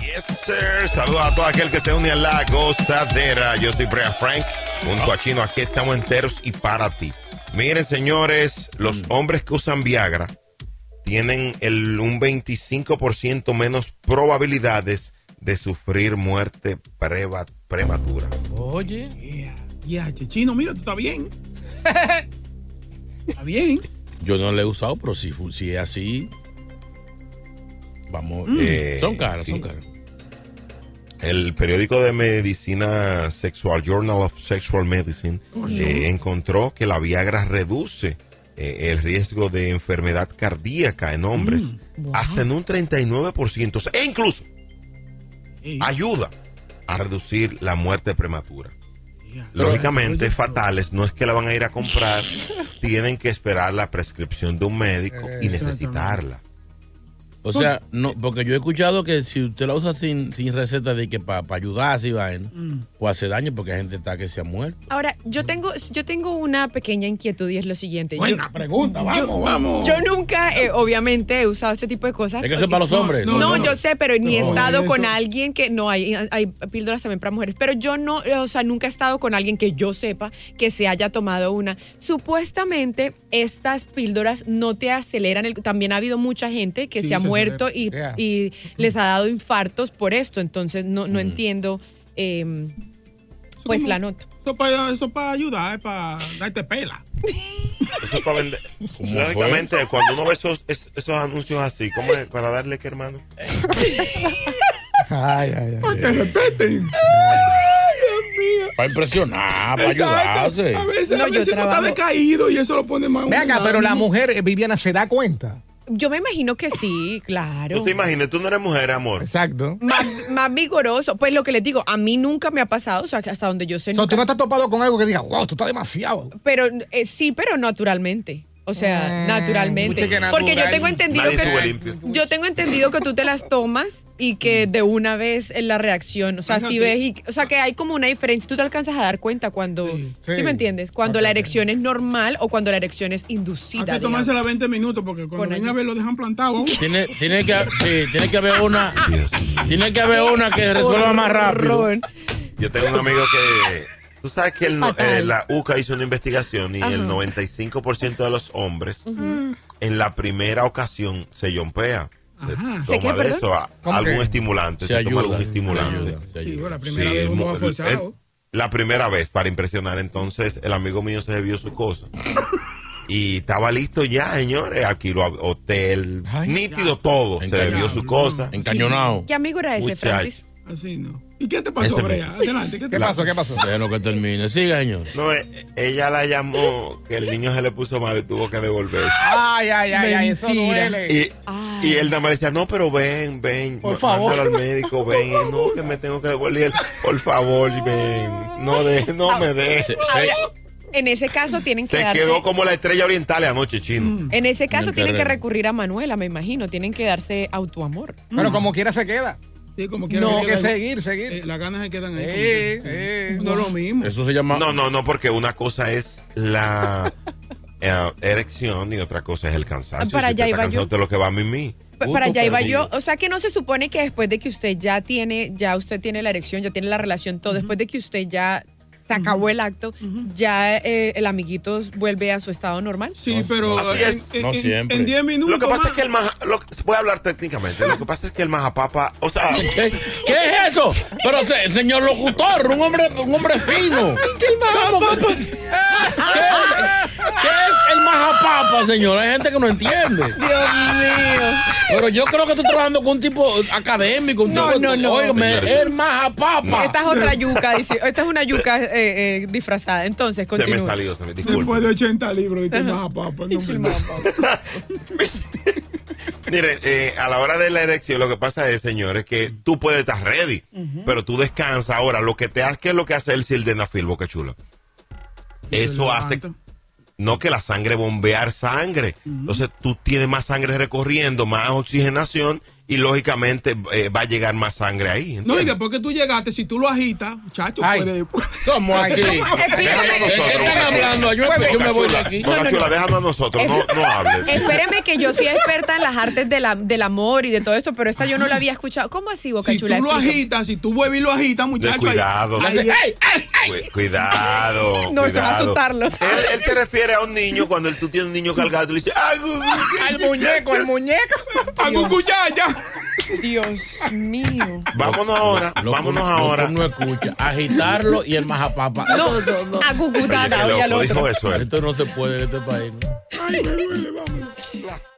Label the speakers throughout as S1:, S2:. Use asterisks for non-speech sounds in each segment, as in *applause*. S1: Yes, sir. Saludos a todo aquel que se une a la gozadera. Yo soy Brea Frank, junto a Chino. Aquí estamos enteros y para ti. Miren, señores, los hombres que usan Viagra tienen el, un 25% menos probabilidades de sufrir muerte preva- prematura.
S2: Oye. Ya, Eh, ah, chino, mira, tú estás bien. Está bien.
S3: Yo no la he usado, pero si, fu- si es así. Vamos.
S1: Eh,
S3: son caras,
S1: sí.
S3: son caras.
S1: El periódico de medicina sexual, Journal of Sexual Medicine, eh, encontró que la Viagra reduce eh, el riesgo de enfermedad cardíaca en hombres hasta en un 39%, e incluso
S2: Ey,
S1: ayuda a reducir la muerte prematura.
S2: ya.
S1: Lógicamente,
S2: Oye,
S1: fatales, no es que la van a ir a comprar, tienen que esperar la prescripción de un médico y necesitarla.
S3: O sea, no, porque yo he escuchado que si usted la usa sin, sin receta de que para ayudar así vaina, pues hace daño porque hay gente está que se ha muerto.
S4: Ahora, yo tengo, yo tengo una pequeña inquietud y es lo siguiente. Yo-
S2: Buena pregunta, vamos,
S4: yo,
S2: vamos.
S4: Yo nunca, eh, obviamente, he usado este tipo de cosas.
S3: Es que eso es para los hombres.
S4: No,
S2: No, no,
S4: yo
S2: no.
S4: sé, pero ni he
S2: No,
S4: estado con
S2: eso-
S4: alguien que. No, hay, hay píldoras también para mujeres. Pero yo no, eh, o sea, nunca he estado con alguien que yo sepa que se haya tomado una. Supuestamente, estas píldoras no te aceleran. El, también ha habido mucha gente que
S2: Sí,
S4: se ha
S2: se
S4: muerto y,
S5: Yeah.
S4: y les ha dado infartos por esto. Entonces, no, no entiendo. eh,
S2: eso
S4: pues
S2: como-
S4: la nota.
S2: Eso para, eso para ayudar, es para darte pela.
S1: Eso es para vender.
S3: ¿Cómo fue?
S1: Lógicamente, cuando uno ve esos, es- esos anuncios así, ¿cómo es? ¿Para darle qué, hermano?
S5: Ay, ay,
S3: Eh.
S5: ay.
S2: Te respeten.
S3: Para impresionar, para ayudarse.
S2: A veces,
S4: No,
S2: a
S4: yo
S2: veces uno está
S4: trabajo.
S2: decaído y eso lo pone más.
S5: Ve acá, pero la mujer, eh, Viviana, se da cuenta.
S4: Yo me imagino que sí, claro.
S1: Tú te imaginas, tú no eres mujer, amor.
S4: Pues,
S5: Exacto.
S4: Más, más vigoroso. Pues lo que les digo, a mí nunca me ha pasado, o sea, que hasta donde yo sé.
S5: O sea,
S4: nunca-
S5: tú no estás topado con algo que diga, wow, tú estás demasiado.
S4: Pero eh, sí, pero naturalmente. O sea,
S5: Ah,
S4: naturalmente.
S5: mucho que natural.
S4: Porque yo tengo entendido
S1: Nadie sube
S4: que
S1: limpio.
S4: yo tengo entendido que tú te las tomas y que de una vez en la reacción, o sea, si
S2: Fíjate.
S4: ves, y- o sea, que hay como una diferencia, tú te alcanzas a dar cuenta cuando, sí,
S2: Sí.
S5: Sí.
S4: me entiendes, cuando
S5: Ok,
S4: la
S5: ok.
S4: erección es normal o cuando la erección es inducida.
S2: Hay que
S4: digamos.
S2: tomársela 20 minutos porque cuando
S4: Con
S2: venga
S4: ayuda.
S2: a ver lo dejan plantado.
S3: Tiene, tiene, que, sí, tiene que haber una.
S1: Dios.
S3: Tiene que haber una que resuelva más rápido.
S4: Horror.
S1: Yo tengo un amigo que. Tú sabes que el no-
S4: Fatal.
S1: eh, la UCA hizo una investigación y
S4: Ajá.
S1: el 95% de los hombres en la primera ocasión se yompea. Se
S2: Ajá.
S4: ¿Se
S1: toma
S4: qué,
S1: de
S4: perdón?
S1: eso, a-
S5: ¿Cómo
S1: algún
S5: que?
S1: estimulante.
S3: Se
S1: toma
S3: ayuda.
S1: algún
S3: Se
S1: estimulante.
S3: ayuda. Se
S2: Sí, bueno,
S3: ayuda.
S2: la primera
S1: Sí,
S2: vez uno
S1: mu-
S2: va
S1: eh,
S2: forzado.
S1: la primera vez para impresionar, entonces el amigo mío se debió su cosa. Y estaba listo ya, señores. Alquiló a- hotel,
S5: Ay,
S1: nítido todo. Se
S3: Engañado,
S1: debió su
S2: no.
S1: cosa.
S3: Encañonado.
S4: ¿Qué amigo era ese,
S1: Muchacho.
S4: Francis?
S2: Así no. ¿Y qué te pasó,
S1: Ese
S2: Brea? Adelante, ¿qué te
S5: ¿Qué
S2: pasó?
S5: pasó? ¿Qué pasó?
S3: Déjenlo que termine. Siga, señor.
S1: No, eh, ella la llamó, que el niño se le puso mal y tuvo que devolver.
S5: Ay, ay, ay, ay, eso
S4: Mentira.
S5: duele.
S1: Y, y él nada más decía, no, pero ven, ven,
S5: Por
S1: má-
S5: favor.
S1: mándalo al médico, ven, no, que me tengo que devolver, Y él, por favor, ven, no, de, no
S5: Ah.
S1: me
S3: Se-
S1: dejes.
S3: se-
S4: En ese caso tienen que
S1: Se
S4: darse-
S1: quedó como la estrella oriental anoche, chino.
S4: En ese caso
S3: el
S4: tienen que
S3: terreno.
S4: recurrir a Manuela, me imagino, tienen que darse autoamor.
S5: Pero como quiera se queda.
S2: Sí, como quiera
S5: No,
S2: quede
S5: que
S2: ahí.
S5: seguir, seguir.
S2: Eh, las ganas se quedan ahí.
S5: Eh,
S2: como
S5: eh.
S2: que- no es lo mismo.
S3: Eso se llama.
S1: No, no, no, porque una cosa es
S4: *laughs*
S1: la eh, erección y otra cosa es el cansancio.
S4: Para
S1: Si usted
S4: allá
S1: está
S4: iba yo.
S1: cansado, usted lo que va a mimí.
S4: Pa-
S3: Puto
S4: para allá iba
S3: perdido.
S4: yo, o sea que no se supone que después de que usted ya tiene, ya usted tiene la erección, ya tiene la relación, todo, después de que usted ya se acabó el acto, ya eh, el amiguito vuelve a su estado normal.
S2: Sí,
S3: No,
S2: pero
S1: así
S2: en-
S1: es.
S2: en-
S3: No
S2: en-
S3: siempre.
S2: en 10 minutos.
S1: Lo que pasa
S2: más.
S1: es que el maja, lo que- voy a hablar técnicamente, lo que pasa es que el majapapa, o sea,
S3: ¿Qué, qué es eso? Pero se- señor locutor, un hombre, un hombre fino. ¿Cómo que- ¿Qué, es, qué es el majapapa, señor? Hay gente que no entiende.
S4: Dios mío.
S3: Pero yo creo que estoy trabajando con un tipo académico, un
S4: No,
S3: tipo.
S4: no, no.
S3: Óigame, el majapapa.
S4: Esta es otra yuca, dice, esta es una yuca eh, eh, disfrazada. Entonces,
S1: se me
S4: continúa.
S1: salió, se me
S2: Después de
S1: disculpe.
S2: 80 libros, de que más papa. no,
S4: Sí,
S2: hombre.
S4: mamá.
S1: Mire, eh, a la hora de la erección, lo que pasa es, señores, que tú puedes estar ready, pero tú descansas. Ahora, lo que te hace, ¿qué es lo que hace el sildenafil, boca chula? Eso hace
S2: Levanta.
S1: No que la sangre bombear sangre. Entonces tú tienes más sangre recorriendo, más oxigenación y lógicamente eh, va a llegar más sangre ahí.
S2: No, y
S1: ¿entiendes?
S2: después que tú llegaste, si tú lo agitas, muchacho,
S5: Ay.
S2: puede.
S3: ¿Cómo así?
S4: Explícame.
S3: ¿De qué eh, están hablando? Yo, me- yo me voy de aquí.
S1: Boca Chula, déjame a nosotros, no, no hables.
S4: Espéreme que yo soy experta en las artes de la- del amor y de todo esto, pero esta yo no la había escuchado. ¿Cómo así, Boca
S2: *laughs* Si tú
S4: Chula?
S2: lo
S4: Explícame.
S2: agitas, si tú vuelves y lo agitas, muchacho. ahí-
S1: cuidado.
S2: ahí
S3: Hace,
S2: es-
S3: ¡Ey, ey, ey!
S1: Cu- cuidado.
S4: No, se va a
S1: cuidado.
S4: asustarlo.
S1: Él, él se refiere a un niño cuando él- tú tienes un niño cargado tú le dices, ¡ay, gu- gu-
S5: Al muñeco, al muñeco.
S2: a Gucuyaya.
S4: Dios mío.
S1: Vámonos ahora,
S3: Loco,
S1: vámonos
S3: loco
S1: ahora.
S3: No escucha. Agitarlo y el majapapa.
S4: No,
S3: Esto, no,
S4: a Cucutada,
S1: Oye,
S4: oye
S1: qué
S4: al
S1: loco,
S4: otro.
S1: dijo eso
S3: no,
S1: él.
S3: esto no se puede en este país. ¿no?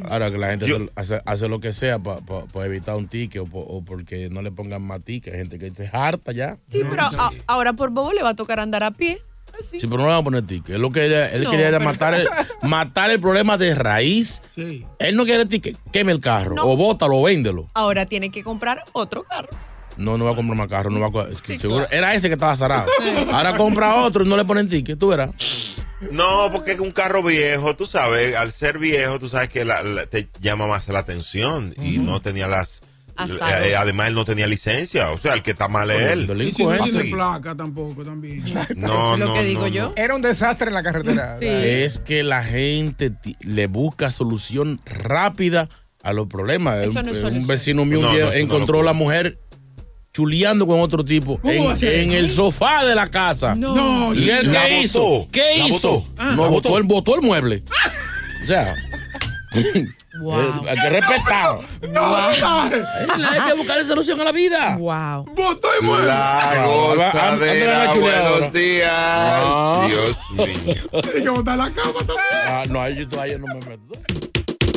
S3: Ahora que la gente
S1: Yo-
S3: hace- hace, hace lo que sea para evitar un ticket o, po- o porque no le pongan más ticket. Hay gente que se harta ya.
S4: Sí,
S1: Mm.
S4: pero a- ahora por bobo le va a tocar andar a pie. Pues Así.
S3: Sí, pero no le van a poner ticket. Es lo que ella- él
S4: No,
S3: quería era
S4: pero- *laughs*
S3: matar, el, matar el problema de raíz.
S2: Sí.
S3: Él no quiere ticket. Queme el carro.
S4: No.
S3: O bótalo, o véndelo.
S4: Ahora tiene que comprar otro carro.
S3: No, no va a comprar más carro. No va a co- es que seguro- Era ese que estaba zarado. Ahora compra otro y no le ponen ticket. Tú verás.
S1: No, porque es un carro viejo, tú sabes, al ser viejo, tú sabes que la- la- te llama más la atención y no tenía las...
S4: Azaros.
S1: eh, además, él no tenía licencia, o sea, el que está mal es él.
S2: Y si no
S3: Delincuente.
S2: tiene placa tampoco, también.
S1: No,
S4: Es lo
S1: no,
S4: que digo
S1: no,
S4: yo.
S1: no. Eh,
S5: Era un desastre en la carretera.
S4: Sí.
S3: Es que la gente ti- le busca solución rápida a los problemas.
S4: Eso
S3: Un-
S4: no es
S3: un
S4: solución.
S3: vecino mío un
S1: No,
S3: día
S1: no, eso no
S3: encontró
S1: lo
S3: a la
S1: puedo.
S3: mujer chuleando con otro tipo
S2: ¿Cómo va a
S3: en,
S2: ser?
S3: en el sofá de la casa.
S4: No.
S2: No,
S3: ¿Y él
S1: La
S3: qué
S1: botó,
S3: hizo? ¿Qué
S1: la
S3: hizo?
S1: botó.
S2: Ah,
S3: no,
S2: la
S3: botó, el, botó el mueble. O sea,
S4: Wow.
S3: eh, hay que respetar. Eh, Hay que buscarle solución a la vida.
S4: Wow.
S2: Voto y muerto.
S1: La
S3: Ahora, ándale
S1: gozadera,
S3: la chuleada
S1: buenos
S3: ahora.
S1: días.
S3: Ah.
S1: Dios mío.
S2: Tiene que botar la cama también.
S3: Ah, no, ahí yo todavía no me meto.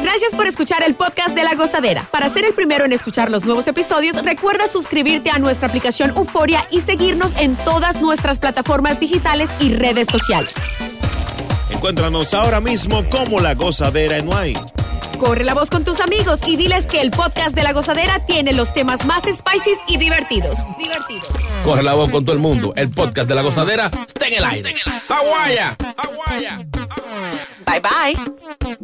S6: Gracias por escuchar el podcast de La Gozadera. Para ser el primero en escuchar los nuevos episodios, recuerda suscribirte a nuestra aplicación Euforia y seguirnos en todas nuestras plataformas digitales y redes sociales.
S7: Encuéntranos ahora mismo como La Gozadera en Wine.
S6: Corre la voz con tus amigos y diles que el podcast de La Gozadera tiene los temas más spicy y divertidos. Divertidos.
S3: Corre la voz con todo el mundo. El podcast de la gozadera está en el aire. ¡Aguaya! ¡Aguaya!
S6: Bye bye.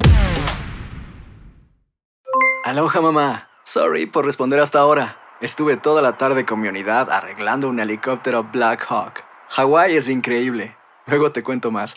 S7: Aloha mamá. Sorry por responder hasta ahora. Estuve toda la tarde con mi unidad arreglando un helicóptero Black Hawk.
S8: Hawái es increíble. Luego te cuento más.